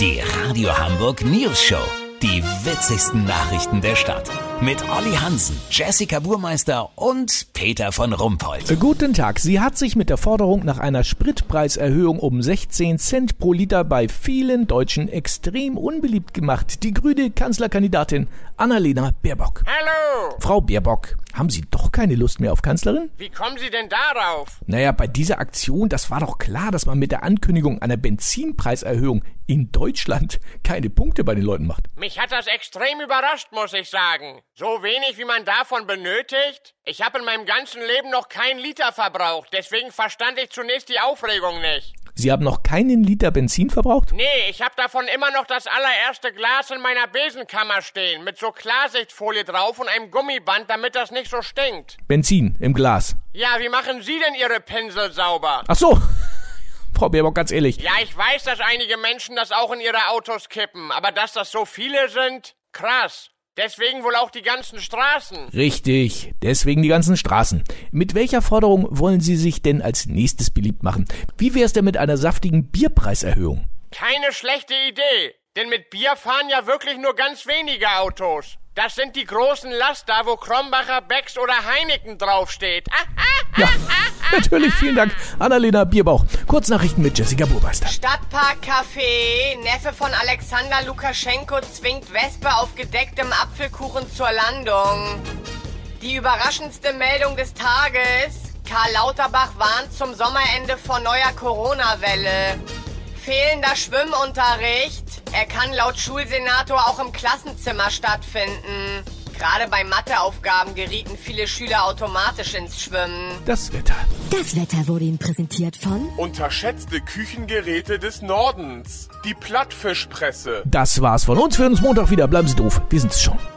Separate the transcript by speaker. Speaker 1: Die Radio Hamburg News Show. Die witzigsten Nachrichten der Stadt. Mit Olli Hansen, Jessica Burmeister und Peter von Rumpold.
Speaker 2: Guten Tag. Sie hat sich mit der Forderung nach einer Spritpreiserhöhung um 16 Cent pro Liter bei vielen Deutschen extrem unbeliebt gemacht. Die grüne Kanzlerkandidatin Annalena Baerbock.
Speaker 3: Hallo!
Speaker 2: Frau Baerbock, haben Sie doch keine Lust mehr auf Kanzlerin?
Speaker 3: Wie kommen Sie denn darauf?
Speaker 2: Naja, bei dieser Aktion, das war doch klar, dass man mit der Ankündigung einer Benzinpreiserhöhung in Deutschland keine Punkte bei den Leuten macht.
Speaker 3: Mich hat das extrem überrascht, muss ich sagen. So wenig, wie man davon benötigt? Ich habe in meinem ganzen Leben noch keinen Liter verbraucht, deswegen verstand ich zunächst die Aufregung nicht.
Speaker 2: Sie haben noch keinen Liter Benzin verbraucht?
Speaker 3: Nee, ich habe davon immer noch das allererste Glas in meiner Besenkammer stehen, mit so Klarsichtfolie drauf und einem Gummiband, damit das nicht so stinkt.
Speaker 2: Benzin im Glas.
Speaker 3: Ja, wie machen Sie denn Ihre Pinsel sauber?
Speaker 2: Ach so. Frau Baerbock, ganz ehrlich.
Speaker 3: Ja, ich weiß, dass einige Menschen das auch in ihre Autos kippen, aber dass das so viele sind, krass. Deswegen wohl auch die ganzen Straßen.
Speaker 2: Richtig, deswegen die ganzen Straßen. Mit welcher Forderung wollen Sie sich denn als nächstes beliebt machen? Wie wär's denn mit einer saftigen Bierpreiserhöhung?
Speaker 3: Keine schlechte Idee. Denn mit Bier fahren ja wirklich nur ganz wenige Autos. Das sind die großen Laster, wo Krombacher, Becks oder Heineken draufsteht. Ah, ah,
Speaker 2: Ja, natürlich, vielen Dank, Annalena Bierbauch. Kurznachrichten mit Jessica Burmeister.
Speaker 4: Stadtparkcafé. Neffe von Alexander Lukaschenko zwingt Wespe auf gedecktem Apfelkuchen zur Landung. Die überraschendste Meldung des Tages. Karl Lauterbach warnt zum Sommerende vor neuer Corona-Welle. Fehlender Schwimmunterricht. Er kann laut Schulsenator auch im Klassenzimmer stattfinden. Gerade bei Matheaufgaben gerieten viele Schüler automatisch ins Schwimmen.
Speaker 2: Das Wetter.
Speaker 5: Das Wetter wurde Ihnen präsentiert von
Speaker 6: Unterschätzte Küchengeräte des Nordens. Die Plattfischpresse.
Speaker 2: Das war's von uns. Wir hören uns Montag wieder. Bleiben Sie doof. Wir sind's schon.